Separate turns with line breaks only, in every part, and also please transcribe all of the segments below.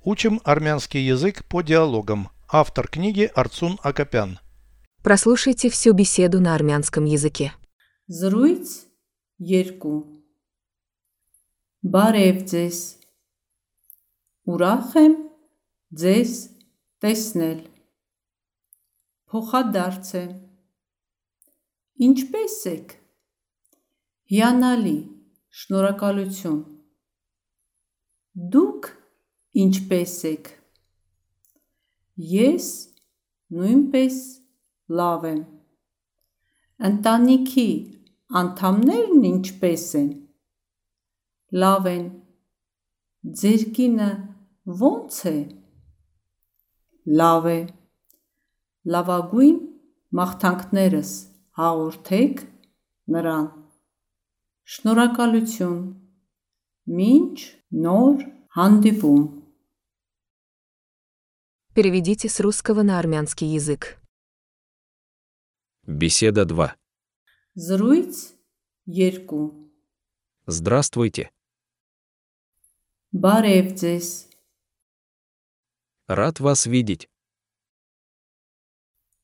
Учим армянский язык по диалогам. Автор книги Арцун Акопян.
Прослушайте всю беседу на армянском языке.
Զրույց 2 Բարև ձեզ Ուրախ եմ ձեզ տեսնել Փոխադարձ է Ինչպե՞ս եք Հիանալի Շնորհակալություն Դուք ինչպե՞ս եք Ես նույնպես լավ եմ Ընտանիքի անդամներն ինչպես են։ Լավ են։ Ձեր կինը ո՞նց է։ Լավ է։ Լավագույն մաղթանքներս հաղորդեք նրան։ Շնորհակալություն։ Մինչ նոր հանդիպում։
Переведите с русского на армянский язык.
Беседа 2.
Զրույց 2
Здравствуйте.
Բարև ձեզ։
Рад вас видеть.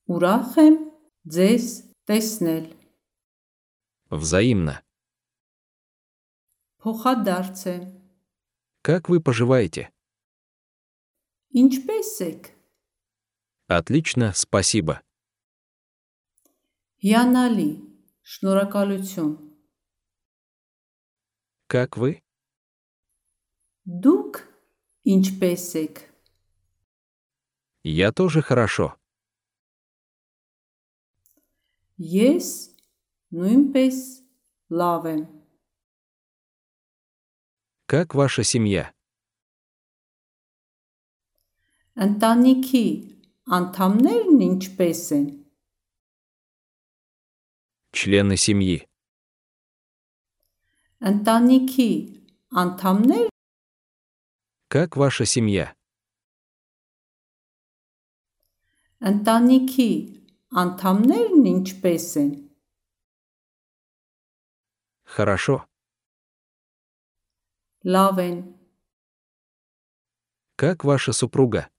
Ուրախ եմ ձեզ տեսնել։
Взаимно.
Փոխադարձ է։
Как вы поживаете?
Ինչպե՞ս եք։
Отлично, спасибо.
Հիանալի, շնորհակալություն։
Как вы?
Դուք ինչպե՞ս եք։
Я тоже хорошо.
Ես նույնպես լավ եմ։
Как ваша семья?
Ընտանիքի անդամներն ինչպե՞س են։
Члены семьи.
Ընտանիքի անդամներ
Как ваша семья?
ընտանիքի անդամներն ինչպե՞س են։
Хорошо.
Լավ են։
Как ваша супруга?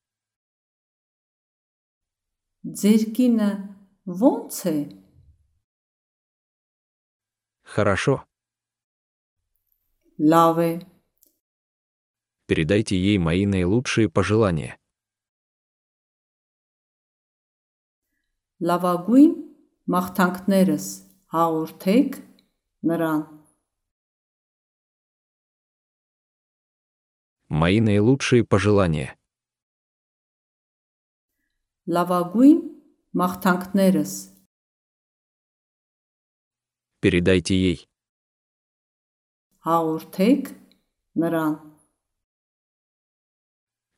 Ձեր կինը ո՞նց է։
Хорошо.
Լավ է։
Передайте ей мои наилучшие пожелания.
Լավագույն մաղթանքներս հաղորդեք նրան։
Мои наилучшие пожелания.
Լավագույն մաղթանքներս
Передайте ей.
հաղորդեք նրան։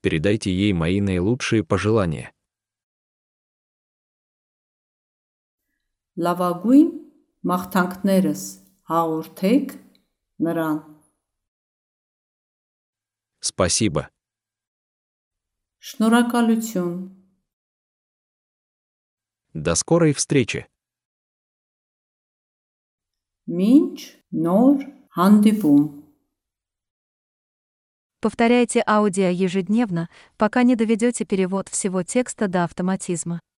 Передайте ей мои наилучшие пожелания.
Լավագույն մաղթանքներս հաղորդեք նրան։
Спасибо.
Շնորհակալություն։
До скорой встречи.
Մինչ նոր հանդիպում։
Повторяйте аудио ежедневно, пока не доведете перевод всего текста до автоматизма.